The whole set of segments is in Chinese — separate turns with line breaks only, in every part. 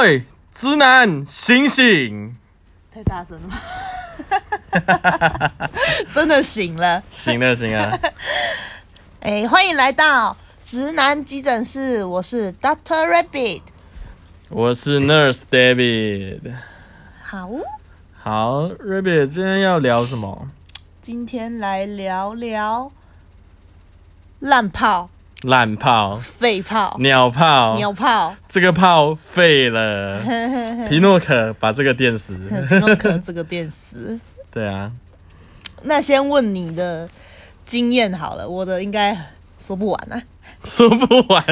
喂，哎直男，醒醒！
太大声了吧， 真的醒了。
醒了，醒了。
哎、欢迎来到直男急诊室，我是 Doctor Rabbit。
我是 Nurse David。
好，
好，Rabbit，今天要聊什么？
今天来聊聊烂炮、
烂炮、
废炮、
鸟炮，
鸟炮。
这个炮废 了，皮诺可把这个电死。
弄可这个电死。
对啊，
那先问你的经验好了，我的应该说不完啊，
说不 完，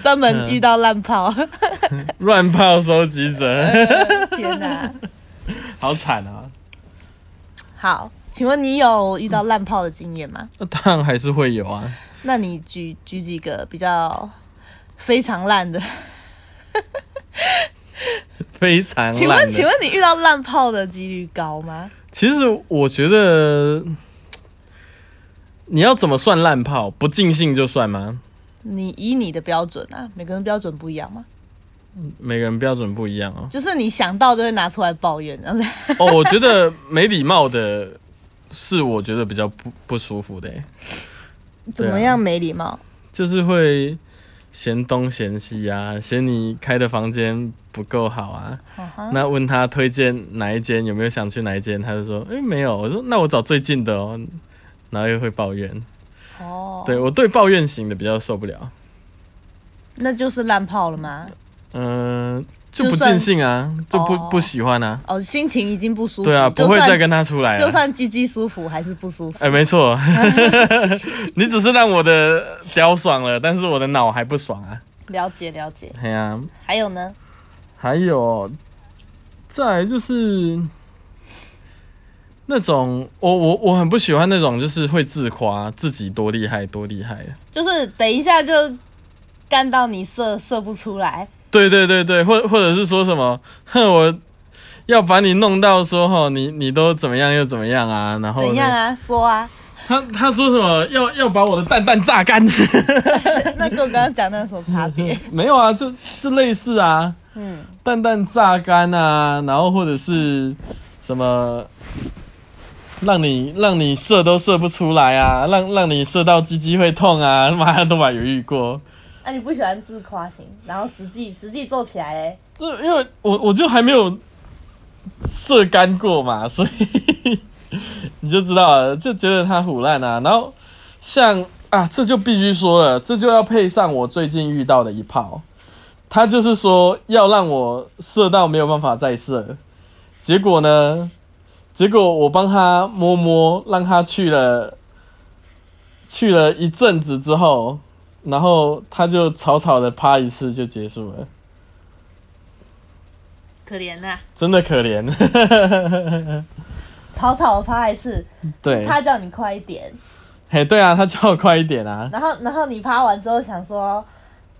专门遇到烂炮，
乱炮收集 者，
天哪、
好惨啊！
好，请问你有遇到烂炮的经验吗？
那当然还是会有啊。
那你举举几个比较非常 烂的？
非常
请
烂
问，
的
请问你遇到烂炮的几率高吗？
其实我觉得，你要怎么算烂炮？不尽兴就算吗？
你以你的标准啊，每个人标准不一样嘛，。
每个人标准不一样哦
就是你想到就会拿出来抱怨， 然后
哦，我觉得没礼貌的是我觉得比较不不舒服的耶，欸
怎么样没礼貌？
就是会嫌东嫌西啊，嫌你开的房间不够好啊。
嗯哼
那问他推荐哪一间，有没有想去哪一间，他就说，诶，没有。我说那我找最近的哦，然后又会抱怨。
哦，
对，我对抱怨型的比较受不了。
那就是烂炮了吗？
嗯、就
就
不
算
尽兴啊，就不、
哦
不喜欢啊。
哦，心情已经不舒服，
对啊，
就
不会
算
再跟他出来啊
就
了。
算鸡鸡舒服还是不舒服。
哎、没错， 你只是让我的屌爽了，但是我的脑还不爽啊。
了解了解，
哎呀、
还有呢？
还有，再来就是那种，我我我很不喜欢那种，就是会自夸自己多厉害多厉害。
就是等一下就干到你射射不出来，
对对对对，或或者是说什么，哼，我要把你弄到说哈，你你都怎么样又怎么样啊，然后呢
怎样啊？说啊，
他他说什么要要把我的蛋蛋榨干？
那跟我刚刚讲的有什么差别？
没有啊，就就类似啊，
嗯，
蛋蛋榨干啊，然后或者是什么，让你让你射都射不出来啊，让让你射到鸡鸡会痛啊，妈的都把有遇过。
那、你不喜欢自夸型，然后实际实际做起来嘞，
这因为我我就还没有射干过嘛，所以你就知道了，就觉得他胡烂啊。然后像啊，这就必须说了，这就要配上我最近遇到的一炮，他就是说要让我射到没有办法再射，结果呢，结果我帮他摸摸，让他去了去了一阵子之后，然后他就草草的趴一次就结束了。
可怜啊呐、
真的可怜。
草草地趴一次，
对，
他叫你快一点，
嘿，对啊，他叫我快一点啊。
然后然后你趴完之后想说，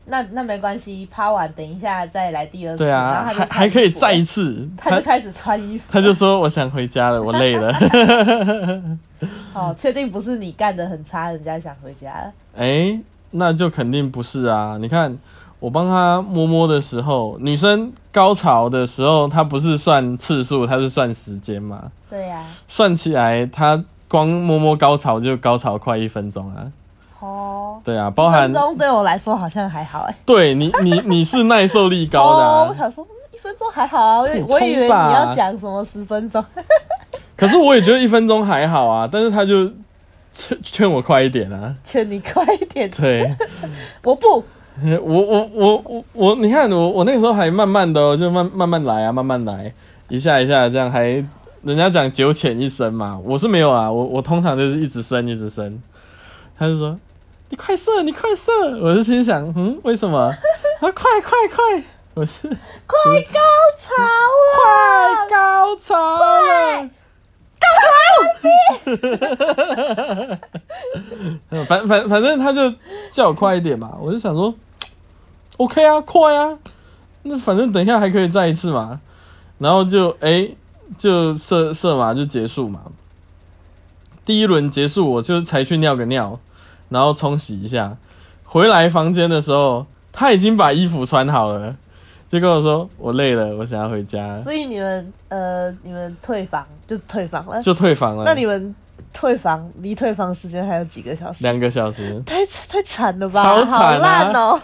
那那没关系，趴完等一下再来第二次，
对
然
啊，
后他
还
就
还可以再一
次，
次。
他就开始穿衣服，
他就说我想回家了，我累了。
哦，确定不是你干的很差，人家想回家了，
哎、那就肯定不是啊。你看，我帮他摸摸的时候，女生高潮的时候，她不是算次数，她是算时间嘛。
对啊呀、
算起来，她光摸摸高潮就高潮快一分钟啊。
哦。
对啊，包
一
含
分钟对我来说好像还好哎、
对你你你是耐受力高的、
哦，
啊，
我想说嗯一分钟还好啊，我以
普通吧
我以为你要讲什么十分钟，
可是我也觉得一分钟还好啊，但是他就劝劝我快一点啊。
劝你快一点。
对
我不，
我我我我我，你看我我那个时候还慢慢的、哦，就慢慢慢来啊，慢慢来，一下一下这样还，人家讲九浅一深嘛，我是没有啊，我我通常就是一直深一直深。他就说你快射，你快射，我就心想嗯为什么？他说快快快，我是
快高潮了，
太高潮了，高潮！嗯反反反正他就叫我快一点嘛，我就想说，OK 啊，快啊，那反正等一下还可以再一次嘛，然后就哎、就射射嘛就结束嘛。第一轮结束，我就才去尿个尿，然后冲洗一下。回来房间的时候，他已经把衣服穿好了，就跟我说我累了，我想要回家，
所以你们呃，你们退房就退房了。
就嗯退房了。
呃那你们退房离退房时间还有几个小时？
两个小时，
太太惨了吧，
超惨啊
好烂 哦！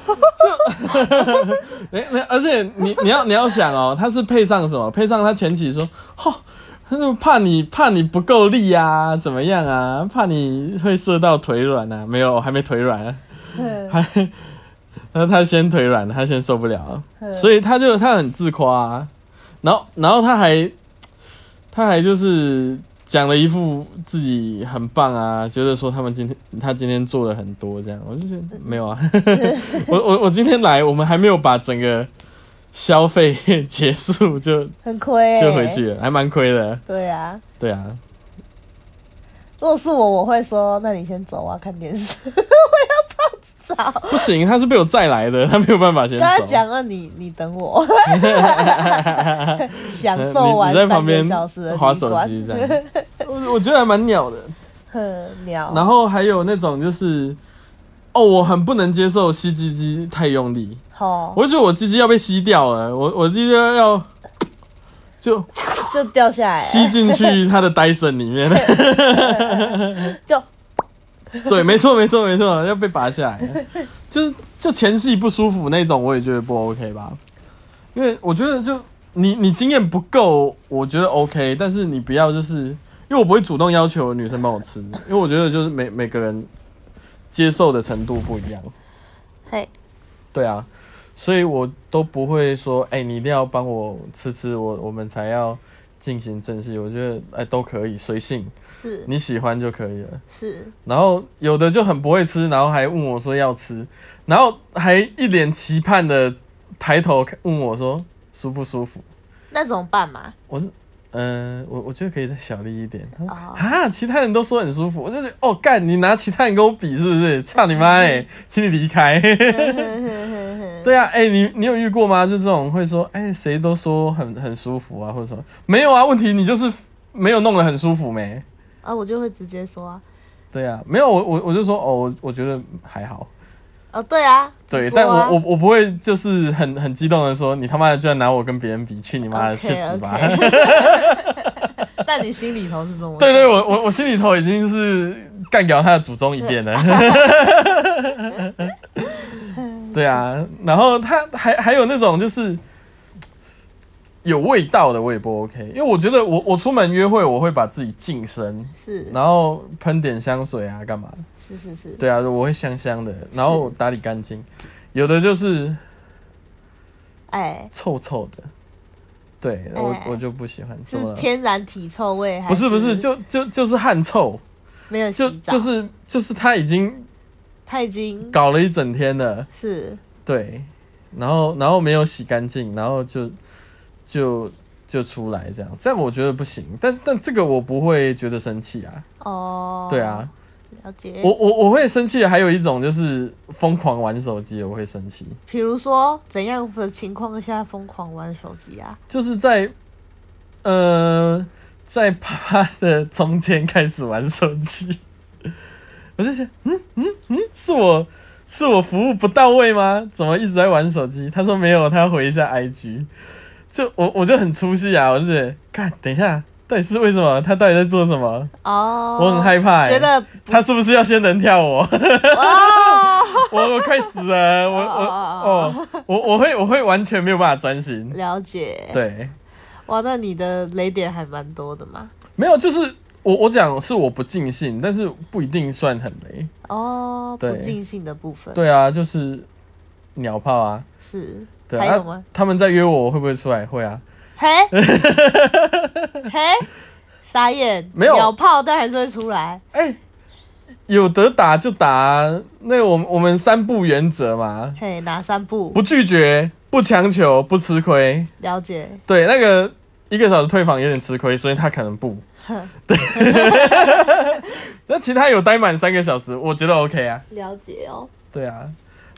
哎、那而且你你要你要想哦，他是配上什么？配上他前期说，吼、他就怕你怕你不够力啊，怎么样啊？怕你会射到腿软啊？没有，我还没腿软、啊，
嗯
还那他先腿软，他先受不了啊、所
以
以他就他很自夸、啊，然后然后他还他还就是讲了一副自己很棒啊，觉得说他们今天他今天做了很多这样，我就觉得没有啊，
嗯
我我我今天来，我们还没有把整个消费结束就
很亏、欸，
就回。去了，还蛮亏的，
对啊，
对啊，
如果是我，我会说，那你先走啊，看电视，我要泡澡。
不行，他是被我载来的，他没有办法先
跟
走。啊
他讲了你，你 等我，享
呃
受
你
完
你在
三
旁
个
边
小时的
划
旅
手
馆
机这样，我我觉得还蛮鸟的。
哼，鸟。
然后还有那种就是，哦，我很不能接受吸鸡鸡太用力，
好，
我就觉得我鸡鸡要被吸掉了，我我鸡鸡要就
就掉下来
吸
了，
进去它的 Dyson 里面，
就
对，没错没错没错，要被拔下来了，就是就前戏不舒服那种，我也觉得不 OK 吧，因为我觉得就你你经验不够，我觉得 OK，但是你不要就是。因为我不会主动要求女生帮我吃，因为我觉得就是每每个人接受的程度不一样。
嘿，
对啊，所以我都不会说，哎、你一定要帮我吃吃，我我们才要进行正戏。我觉得，哎、都可以，随性，
是
你喜欢就可以了。
是，
然后有的就很不会吃，然后还问我说要吃，然后还一脸期盼的抬头看问我说舒不舒服。
那怎么办 嘛？
我是，嗯、我我觉得可以再小力一点。他说
哦
啊，其他人都说很舒服，我就觉得，哦，干，你拿其他人跟我比是不是？操你妈嘞，请你离开。对啊，哎、你你有遇过吗？就这种会说，哎、谁都说很很舒服啊，或者什么？没有啊，问题你就是没有弄得很舒服没？
啊，我就会直接说啊，
对啊，没有我我我就说哦，我我觉得还好，
哦，对啊，
对，
说
但
啊
我我我不会就是很很激动的说你他妈的居然拿我跟别人比，去你妈的，去
OK，
死吧！
但你心里头是怎么？
对对，我我我心里头已经是干掉他的祖宗一遍 了。对啊，然后他还还有那种就是有味道的，我也不 OK，因为我觉得我我出门约会，我会把自己净身，
是
然后喷点香水啊，干嘛的？
是是是，
对啊，我会香香的，然后打理干净。有的就是
哎，
臭臭的，对我
哎
我就不喜欢。怎么
是
了？
天然体臭味还
不是不是，就就就是汗臭，
没有洗
就
澡
就是就是他已经
他已经
搞了一整天了，
是
对，然后然后没有洗干净，然后就就就出来这样，这样我觉得不行，但但这个我不会觉得生气啊，
哦，
对啊，，
了解
我。我我会生气的还有一种就是疯狂玩手机，我会生气，
比如说怎样的情况下疯狂玩手机啊？
就是在呃在啪啪的中间开始玩手机， 我就想，嗯嗯嗯，是我。是我服务不到位吗？怎么一直在玩手机？他说没有，他要回一下 IG。就我我就很出戏啊，我就觉得，看，等一下，到底是为什么？他到底在做什么？
哦，
我很害怕、欸，
觉 得
他是不是要先人跳 我？
哦，
我我快死了，我我
哦
哦，我我会我会完全没有办法专心。
了解。
对，
哇，那你的雷点还蛮多的嘛。
没有，就是我我讲是我不尽兴，但是不一定算很雷。
哦，不
对
尽兴的部分，
对啊，就是鸟炮啊。
是
对
还有
啊
吗，
他们在约我，我会不会出来？会啊，
嘿，嘿，傻眼，
没有
鸟炮，但还是会出来。
哎、有得打就打啊。那我们我们三不原则嘛，
嘿，哪三步？
不拒绝，不强求，不吃亏。
了解，
对，那个一个小时退房有点吃亏，所以他可能不。
哼
那其他有待满三个小时，我觉得 OK 啊。
了解哦。
对啊，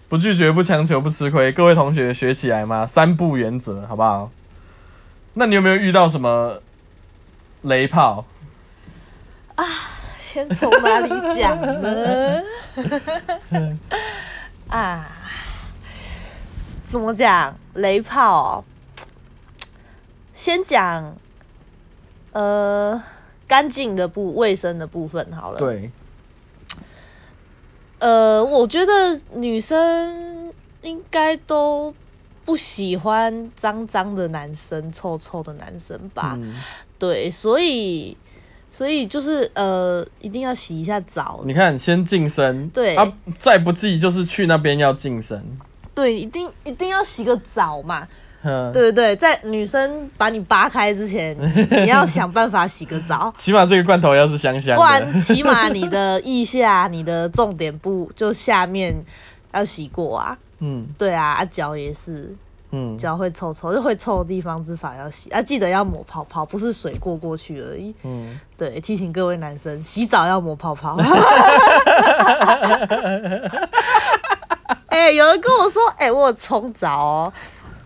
不拒绝、不强求、不吃亏，各位同学学起来吗？三不原则，好不好？那你有没有遇到什么雷炮？
先从哪里 讲呢？啊，怎么讲雷炮、哦？先讲呃干净的部卫生的部分好了。，
对，
呃，我觉得女生应该都不喜欢脏脏的男生、臭臭的男生吧？
嗯，
对，所以所以就是呃，一定要洗一下澡。
你看先净身，
对
啊，再不济就是去那边要净身，
对，一定一定要洗个澡嘛。
哼，，
对对对，在女生把你扒开之前，你要想办法洗个澡
起码这个罐头要是香香
不然
的，
起码你的腋下、你的重点部就下面要洗过啊。
嗯
对啊，啊脚也是，
嗯，
脚会臭臭，就会臭的地方至少要洗啊，记得要抹泡泡，不是水过过去而已。
嗯，
对，提醒各位男生，洗澡要抹泡 泡。哎、有人跟我说，哎、我有冲澡哦，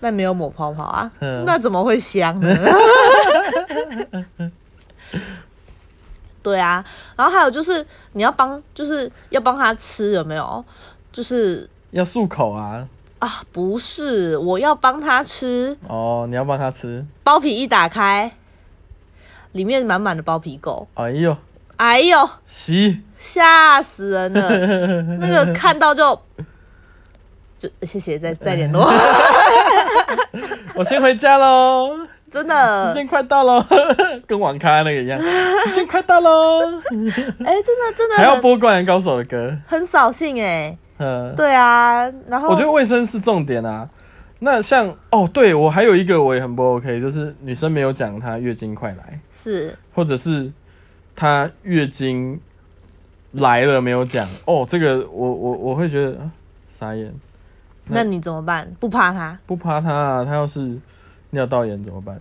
那没有抹泡泡啊，
嗯
那怎么会香呢？ 对啊，然后还有就是你要帮，就是要帮他吃，有没有？就是
要漱口啊，
啊，不是，我要帮他吃，
哦，你要帮他吃，
包皮一打开，里面满满的包皮垢，
哎呦，
哎呦，
洗，
吓死 人了！那个看到就就谢谢，再再 联络，
我先回家 喽，
真
时
的，
间快到喽， 跟网咖那个一样，时间快到喽，
哎、真的真的
还要
很
播《灌篮高手》的歌，
很扫兴哎、
嗯，
对啊，然后
我觉得卫生是重点啊。那像哦，对我还有一个我也很不 OK，就是女生没有讲她月经快来，
是
或者是她月经来了没有讲。哦，这个我我我会觉得、啊、傻眼，那
那你怎么办？不怕他
不怕她啊，她要是尿道炎怎么办？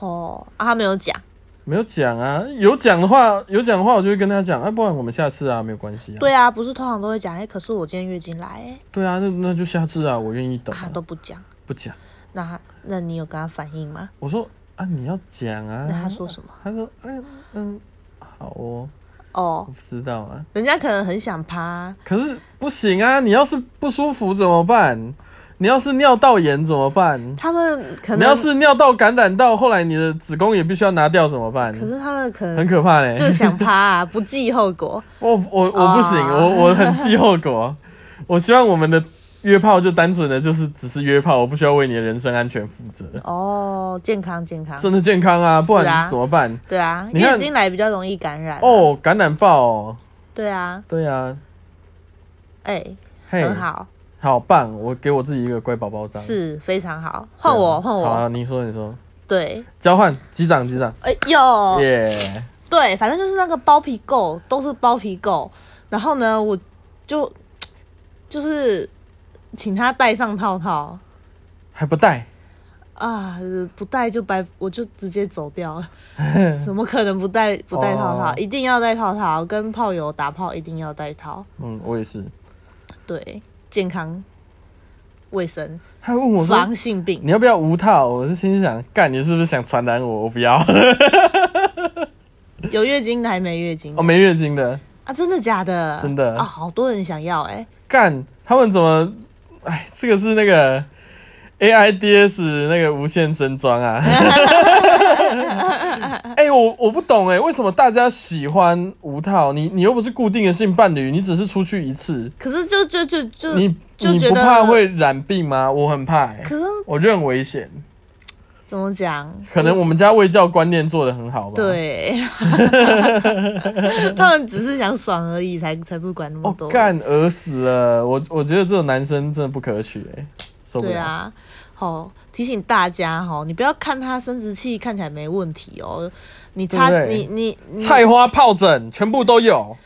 哦、啊，他没有讲，
没有讲啊，有讲的话，有讲的话，我就会跟她讲，啊，不然我们下次啊，没有关系啊。
对啊，不是通常都会讲哎、可是我今天月经来哎、
对啊，那那就下次啊，我愿意等、
啊
啊，
都不讲，
不讲。
那他那你有跟他反应吗？
我说啊，你要讲啊。
那他说什么？
他说，嗯嗯，好哦，
哦
我，不知道啊。
人家可能很想趴，
可是不行啊，你要是不舒服怎么办？你要是尿道炎怎么办？
他们可
你
能
要是尿道感染到后来你的子宫也必须要拿掉怎么办？
可是他呃们可
很
能
可怕嘞、
就想趴、啊，不计后果。
我我我不行，
哦
我我很记后果。我希望我们的约炮就单纯的就是只是约炮，我不需要为你的人身安全负责。
哦，健康健康，
真的健康啊，不
是
然
啊
怎么办？
对啊，
你看
月经来比较容易感染、，
哦，感染爆、哦，
对啊，
对啊，
哎、
嘿，
很，好，
好棒，我给我自己一个乖宝宝章。
是非常好。
对啊，
换我，换
好、
我，
啊，你说你说，
对，
交换，机长机长，
哎、哟，
耶、
对，反正就是那个包皮垢，都是包皮垢。然后呢，我就就是请他戴上套套
还不带，
啊，不戴就白，我就直接走掉了。 怎么可能不戴不戴套套？
哦
一定要戴套套，跟炮友打炮一定要戴套。
嗯，我也是。
对，健康、卫生、
他还问我说
防性病。
你要不要无套，我就心想，干你是不是想传染我？我不要，
有月经的还没月经的
我、哦没月经的，
啊？真的假的？
真的
啊，好多人想要哎、
干他们怎么？哎，这个是那个 AIDS 那个无限升装 啊。哎、我我不懂哎、为什么大家喜欢无套？你你又不是固定的性伴侣，你只是出去一次，
可是就就就就
你
就
你
觉
不
得
怕会染病吗？我很怕哎、
可是
我认危险。
怎么讲？
可能我们家卫教观念做得很好吧？。哦
对， 他们只是想爽而已，才才不管那
哦
么，多。
干饿死了！我我觉得这种男生真的不可取哎、受不了。
对啊，好提醒大家哦，你不要看他生殖器看起来没问题哦，你擦
对不对
你你你
菜花疱疹全部都有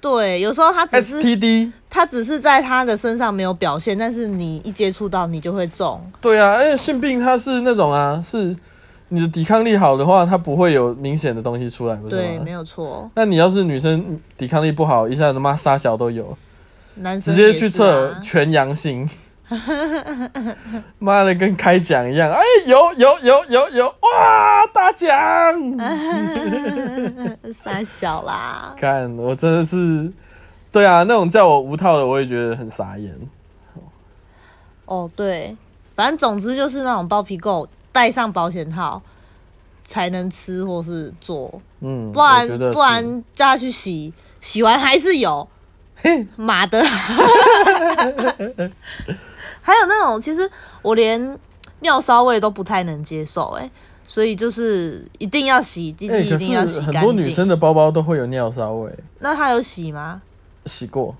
对，有时候他只是
，STD。
他只是在他的身上没有表现，但是你一接触到你就会中。
对啊，而且性病它是那种啊，是你的抵抗力好的话，它不会有明显的东西出来，不啊是
对，没
吗？
有错，
那你要是女生抵抗力不好，一下他妈啥小都有，
男
直
生
接
也
去
是
测
啊
全阳性， 妈的跟开奖一样，哎，有有有有有，哇，大奖！
啊三小啦，
看，我真的是，对啊，那种叫我无套的，我也觉得很傻眼。
哦对，反正总之就是那种包皮狗带上保险套才能吃或是做，
嗯，
不然
我觉得是
不然叫他去洗，洗完还是有，妈的！还有那种，其实我连尿骚味都不太能接受、哎，所以就是一定要洗，鸡
哎、
鸡一
可
定要
是
洗
很
干
多
净。
女生的包包都会有尿骚味，
那他有洗吗？
洗过。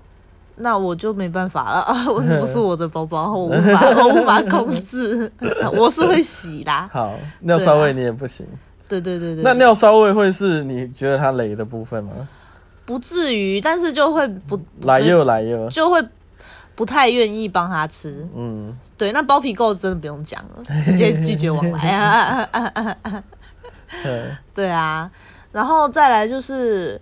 那我就没办法了， 啊我不是我的包包，我无法，我无法控 制，我是会洗啦。
好，尿骚味你也不行。
对对对对，
那尿骚味会是你觉得它雷的部分吗？
不至于，但是就会不
来又来又，
就会不太愿意帮他吃。
嗯，
对，那包皮垢真的不用讲了，直接拒绝往来啊。
嗯
对啊，然后再来就是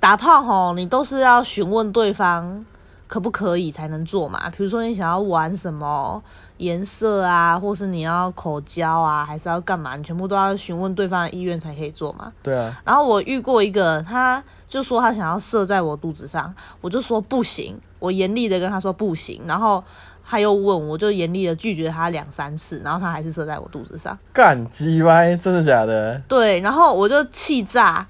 打炮吼，你都是要询问对方可不可以才能做嘛。比如说你想要玩什么颜色啊，或是你要口交啊，还是要干嘛，你全部都要询问对方的意愿才可以做嘛。
对啊，
然后我遇过一个，他就说他想要射在我肚子上，我就说不行，我严厉的跟他说不行，然后他又问，我就严厉的拒绝他两三次，然后他还是射在我肚子上。
干鸡歪，真的假的？
对，然后我就气炸，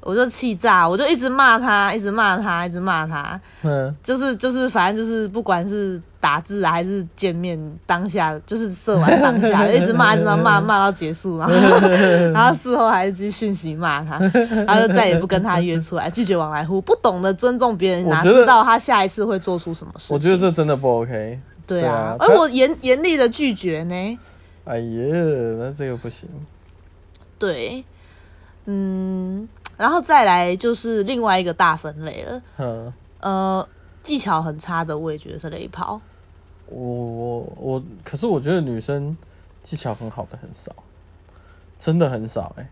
我就气炸，我就一直骂他，一直骂他，一直骂他，
嗯，
就是就是，反正就是不管是打字啊还是见面当下，就是射完 当下一直骂，一直骂骂骂到结束，然后然后事后还一直讯息骂他，然后就再也不跟他约出来，拒绝往来户，不懂得尊重别人，
我
哪
觉得
知道他下一次会做出什么事情？
我觉得这真的不 OK。
对啊，
对啊
而我严严厉的拒绝呢。
哎呀，那这个不行。
对，嗯，然后再来就是另外一个大分类了，
嗯，
呃，技巧很差的，我也觉得是雷炮。
我我我，可是我觉得女生技巧很好的很少，真的很少哎、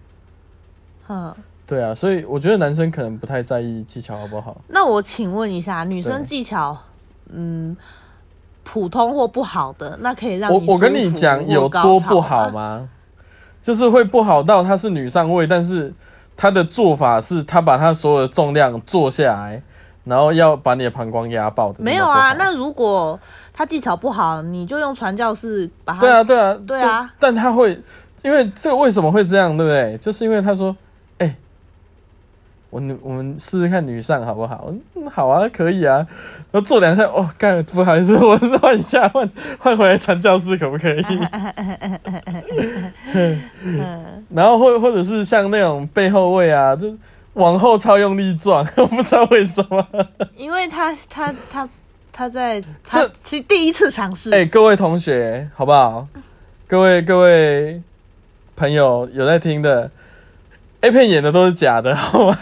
嗯，
对啊，所以我觉得男生可能不太在意技巧好不好。
那我请问一下，女生
对
技巧，嗯，普通或不好的，那可以让
我
你
我跟你
舒服
讲
或
有
高
多
潮啊
不好
吗？
吗？就是会不好到她是女上位，但是她的做法是她把她所有的重量做下来，然后要把你的膀胱压爆的。
没有啊，那如果她技巧不好，你就用传教士把她
对啊对啊
对啊
就但她会，因为这个为什么会这样，对不对？就是因为她说，哎、我女我们试试看女上好不好？嗯，好啊，可以啊。然后做两下，哦，干，不好意思，我换一下，换换回来传教士可不可以？
嗯，
然后或或者是像那种背后位啊，就往后超用力撞，我不知道为什么。
因为她她她她在她
这
其实第一次尝试，
哎、各位同学，好不好？各位各位朋友有在听的，A 片演的都是假的， 好吗？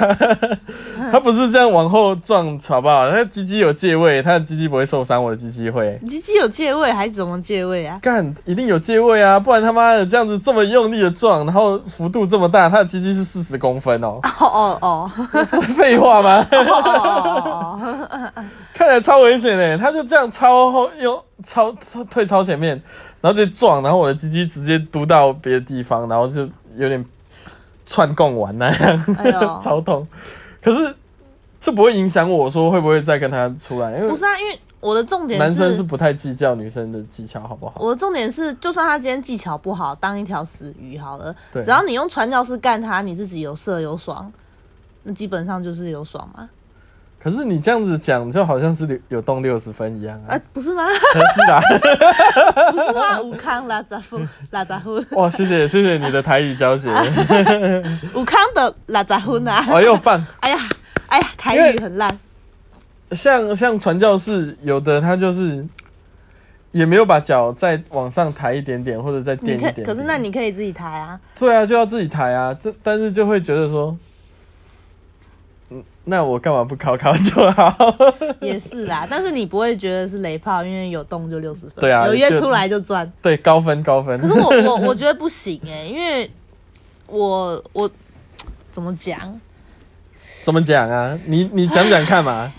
他不是这样往后撞，好不好？他鸡鸡有借位，他的鸡鸡不会受伤，我的鸡鸡会。
你鸡鸡有借位还怎么借位啊？
干，一定有借位啊，不然他妈的这样子这么用力的撞，然后幅度这么大，他的鸡鸡是四十公分哦，
哦哦哦
废话吗？
哦哦哦！
看起来超危险的，他就这样超后又超退超前面，然后直接撞，然后我的鸡鸡直接嘟到别的地方，然后就有点串供完那样，
哎呦，
超痛。可是这不会影响我说会不会再跟他出来，因
不
为
是啊，因为我的重点
男生是
是哦
不太计较女生的技巧好不好？
我的重点是，就算他今天技巧不好，当一条死鱼好了，
对
只要你用传教士干他，你自己有色有爽，那基本上就是有爽嘛。
嗯可是你这样子讲，就好像是有有动六十分一样
啊
啊。，
不是吗？
可是啦，
不是吗？武康拉扎夫，拉扎夫，
哇，谢谢谢谢你的台语教学，
武康的拉扎夫呐！
哎呦棒！
哎呀，哎呀，台
因为
语很烂。
像像传教士，有的他就是也没有把脚再往上抬一点点，或者再垫
你
一
可
点点
可是那你可以自己抬啊，
对啊，就要自己抬啊。这但是就会觉得说，嗯，那我干嘛不考考就好？
也是啦，但是你不会觉得是雷炮，因为有动就六十分，
对啊
有约
就
出来就 赚。
对，高分高分
可。是我我我觉得不行哎、因为我我怎么讲？
怎么讲啊？你你讲讲看嘛。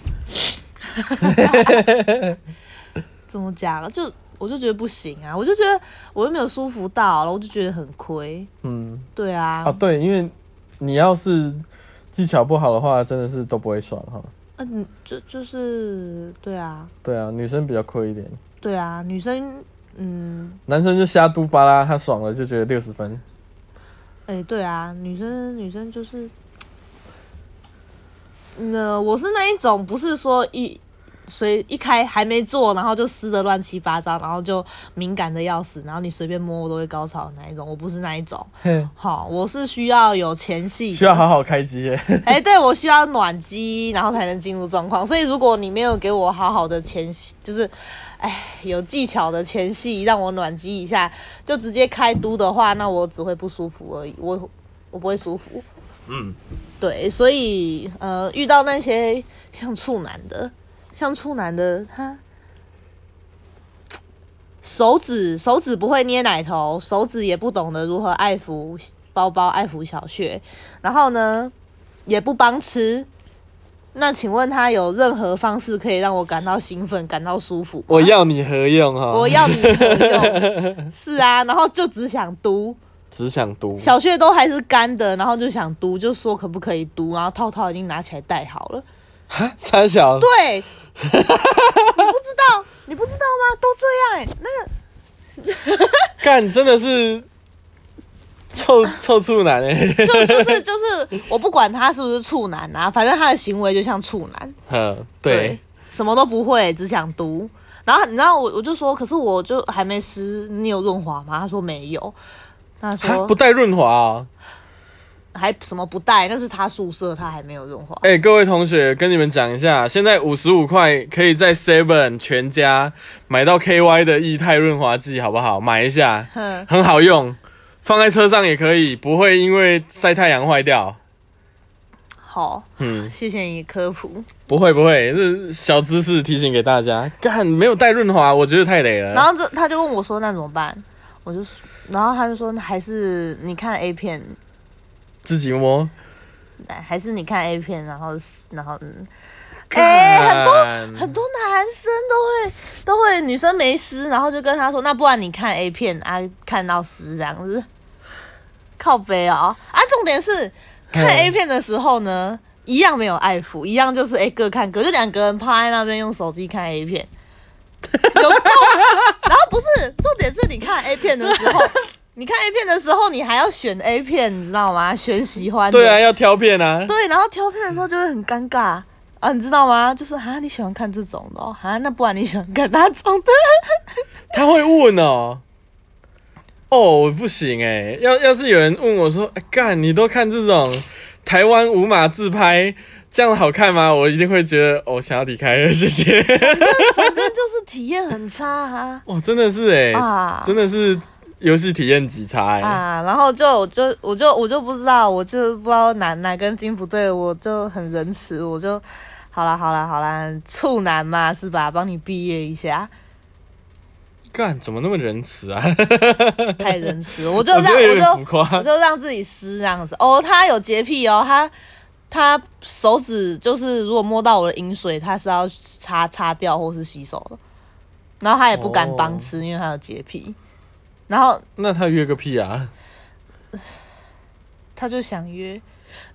怎么讲？啊就我就觉得不行啊，我就觉得我又没有舒服到，然后我就觉得很亏。
嗯，
对啊，
啊对，因为你要是技巧不好的话，真的是都不会爽哈。
嗯、你就就是对啊，
对啊，女生比较亏一点。
对啊，女生嗯，
男生就瞎嘟巴拉，他爽了就觉得六十 分。
哎、对啊，女生女生就是，那、我是那一种，不是说一随一开还没做，然后就撕的乱七八糟，然后就敏感的要死，然后你随便摸我都会高潮的那一种，我不是那一种。
嘿
好，我是需要有前戏的，
需要好好开机耶，
哎、对我需要暖机，然后才能进入状况。所以如果你没有给我好好的前戏，就是，哎，有技巧的前戏让我暖机一下，就直接开嘟的话，那我只会不舒服而已，我我不会舒服。
嗯，
对，所以呃，遇到那些像处男的，像处男的他。手指手指不会捏奶头，手指也不懂得如何爱抚包包、爱抚小穴，然后呢，也不帮吃。那请问他有任何方式可以让我感到兴奋、感到舒服吗？
我要你何用啊哈？
我要你何 用？是啊，然后就只想嘟，
只想嘟，
小穴都还是干的，然后就想嘟，就说可不可以嘟，然后套套已经拿起来戴好了。
三小
对，你不知道，你不知道吗？都这样哎、那个
干真的是臭臭处男 哎，
就 就是就是，我不管他是不是处男啊，反正他的行为就像处男。
嗯，对，，
什么都不会，只想读。然后你知道我我就说，可是我就还没湿，你有润滑吗？他说没有。他
啊
说
不带润滑啊！
还什么不带，那是他宿舍，他还没有润滑。
哎、各位同学，跟你们讲一下，现在五十五块可以在 Seven 全家买到 KY 的液态润滑剂，好不好？买一 下，
哼，
很好用，放在车上也可以，不会因为晒太阳坏掉。
好，
嗯，
谢谢你科普。
不会不会，这小知识提醒给大家。干，没有带润滑，我觉得太累
然
了。
后就他就问我说，那怎么办？我就说，然后他就说，还是你看 A 片，
自己摸，
还是你看 A 片，然后然后嗯，哎、
干
很多
嗯
很多男生都会都会女生没湿，然后就跟他说，那不然你看 A 片啊，看到湿这样子，靠背哦啊！重点是
嗯
看 A 片的时候呢，一样没有爱抚，一样就是哎、各看各，就两个人趴在那边用手机看 A 片，有够。 然后不是重点是你看 A 片的时候。你看 A 片的时候，你还要选 A 片，你知道吗？选喜欢的。
对啊，要挑片啊。
对，然后挑片的时候就会很尴尬啊，你知道吗？就是啊，你喜欢看这种的、哦，啊，那不然你喜欢看哪 种的？
他会问哦，哦，我不行哎、要要是有人问我说，哎干、你都看这种台湾无码自拍，这样好看吗？我一定会觉得哦，想要离开了，谢 谢。
反正就是体验很差啊
哇，真的是哎、
啊
真的是游戏体验极差哎、
啊！然后就我就我就我就不知道，我就不知道哪哪根筋不对，我就很仁慈，我就好啦好啦好啦，处男嘛是吧？帮你毕业一下，
干、怎么那么仁慈啊？
太仁慈了，我就
我
这
觉得有
样
点
我
浮
就。 我
夸。
就让自己湿这样子。哦，他有洁癖哦，他他手指就是如果摸到我的饮水，他是要擦擦掉或是洗手的。然后他也不敢帮吃，因为他有洁癖。然后
那他约个屁啊！
他就想约，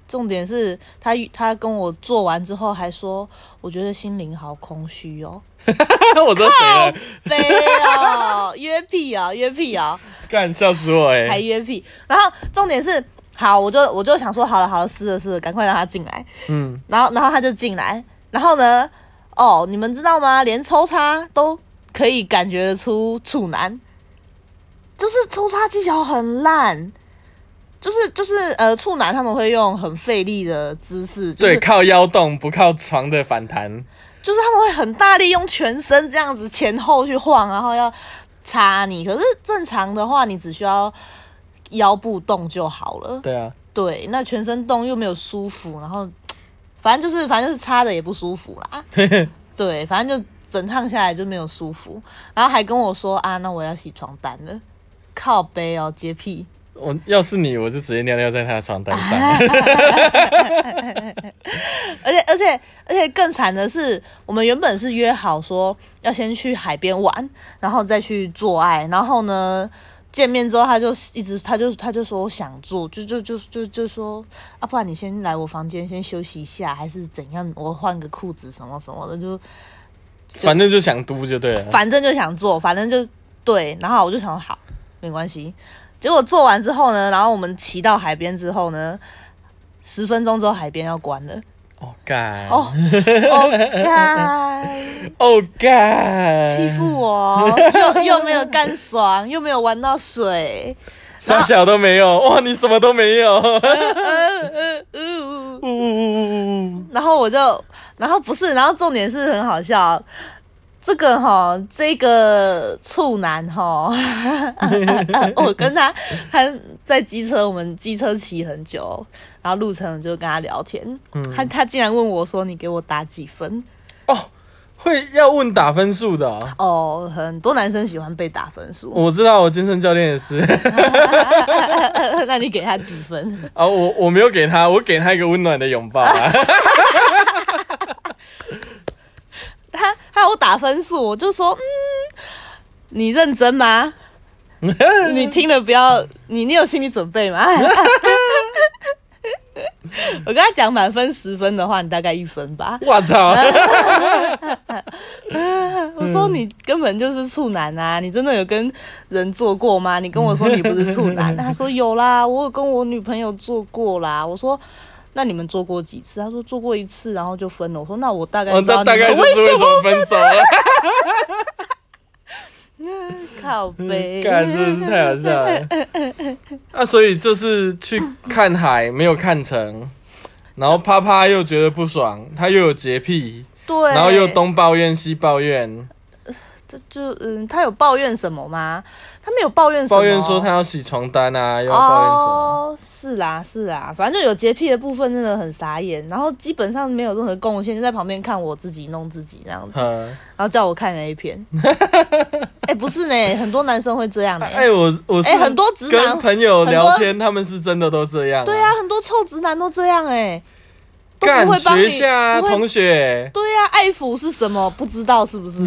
重点是他他跟我做完之后还说，我觉得心灵好空虚哦，
我知道谁了，
飞哦，约屁哦，约屁哦。
干笑死我哎、
还约屁。然后重点是，好，我就我就想说，好了好了，是了是了，赶快让他进来。
嗯，
然后然后他就进来，然后呢，哦，你们知道吗？连抽插都可以感觉得出处男，就是抽插技巧很烂。就是就是呃，处男他们会用很费力的姿势，就是
对，靠腰动不靠床的反弹，
就是他们会很大力用全身这样子前后去晃，然后要插你。可是正常的话，你只需要腰部动就好了。
对啊，
对，那全身动又没有舒服，然后反正就是反正就是擦的也不舒服啦。对，反正就整趟下来就没有舒服，然后还跟我说啊，那我要洗床单了，靠背哦，洁癖。
我要是你，我就直接尿尿在他的床单上。
啊 而且而且而且更惨的是，我们原本是约好说要先去海边玩，然后再去做爱，然后呢。见面之后，他就一直，他就他就说我想做，就就就就就说，啊，不然你先来我房间先休息一下，还是怎样？我换个裤子什么什么的，就
反正就想嘟就对了。
反正就想做，反正就对，然后我就想说好，没关系。结果做完之后呢，然后我们骑到海边之后呢，十分钟之后海边要关了。
哦干，
哦，哦，该
哦干，
欺负我，又又没有干爽，又没有玩到水，
啥小都没有，
啊
哇，你什么都没有，
呜
呜呜呜呜
然后我就，然后不是，然后重点是很好笑，这个哈，这个处男哈， 我跟他他在机车，我们机车骑很久，然后路程就跟他聊天，他他竟然问我说：“你给我打几分
哦，会要问打分数的哦、？”
哦，很多男生喜欢被打分 数，
我知道，我健身教练也是
那你给他几分？
啊，我我没有给他，我给他一个温暖的拥抱 啊。
他他要我打分数，我就说：“嗯，你认真 吗？”你听了不要，你你有心理准备吗？ 我跟他讲满分十分的话，你大概一分吧。
我操，
啊我
嗯
说你根本就是处男啊！你真的有跟人做过吗？你跟我说你不是 处男，那他说有啦，我有跟我女朋友做过啦。我说那你们做过几次？他说做过一次，然后就分了。我说那我大概
我
知道
哦大
你们
大概就
为
是为什么分手啊了。
靠背。
干，真的嗯是太好笑了。那所以就是去看海没有看成，然后啪啪又觉得不爽，他又有洁癖，
对，
然后又东抱怨西抱怨，
就就嗯，他有抱怨什么吗？他没有抱怨什么，
抱怨说他要洗床单啊，又要抱怨什么。
哦，是啦是啦，反正有洁癖的部分真的很傻眼，然后基本上没有任何贡献，就在旁边看我自己弄自己这样子，
嗯，
然后叫我看 A 片。哎、不是呢，很多男生会这样呢、
哎，我我是
哎很多直男
跟朋友聊天，他们是真的都这样。
对啊，，很多臭直男都这样哎、都
干
不会帮
学
你
下
不会
同学
对啊，爱抚是什么？不知道是不是？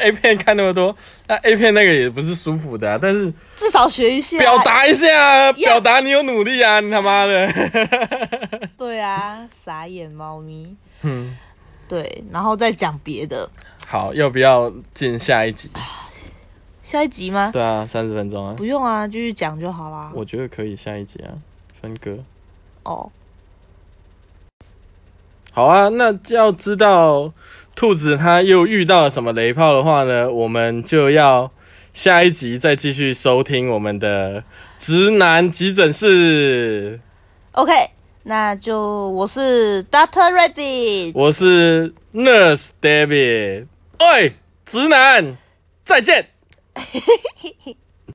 ，A 片看那么多，那 A 片那个也不是舒服的啊，但是
至少学一下。啊
表达一下，啊
Yeah
表达你有努力啊，你他妈的。
对啊，傻眼猫咪。
嗯，
对，然后再讲别的，
好，要不要进下一集？
下一集吗？
对啊，三十分钟啊，
不用啊，继续讲就好啦。
我觉得可以下一集啊，分割。
哦，
好啊，那要知道兔子它又遇到了什么雷炮的话呢，我们就要下一集再继续收听我们的直男急诊室。
OK，那就我是 Doctor Rabbit，
我是 Nurse David，喂，直男，再见。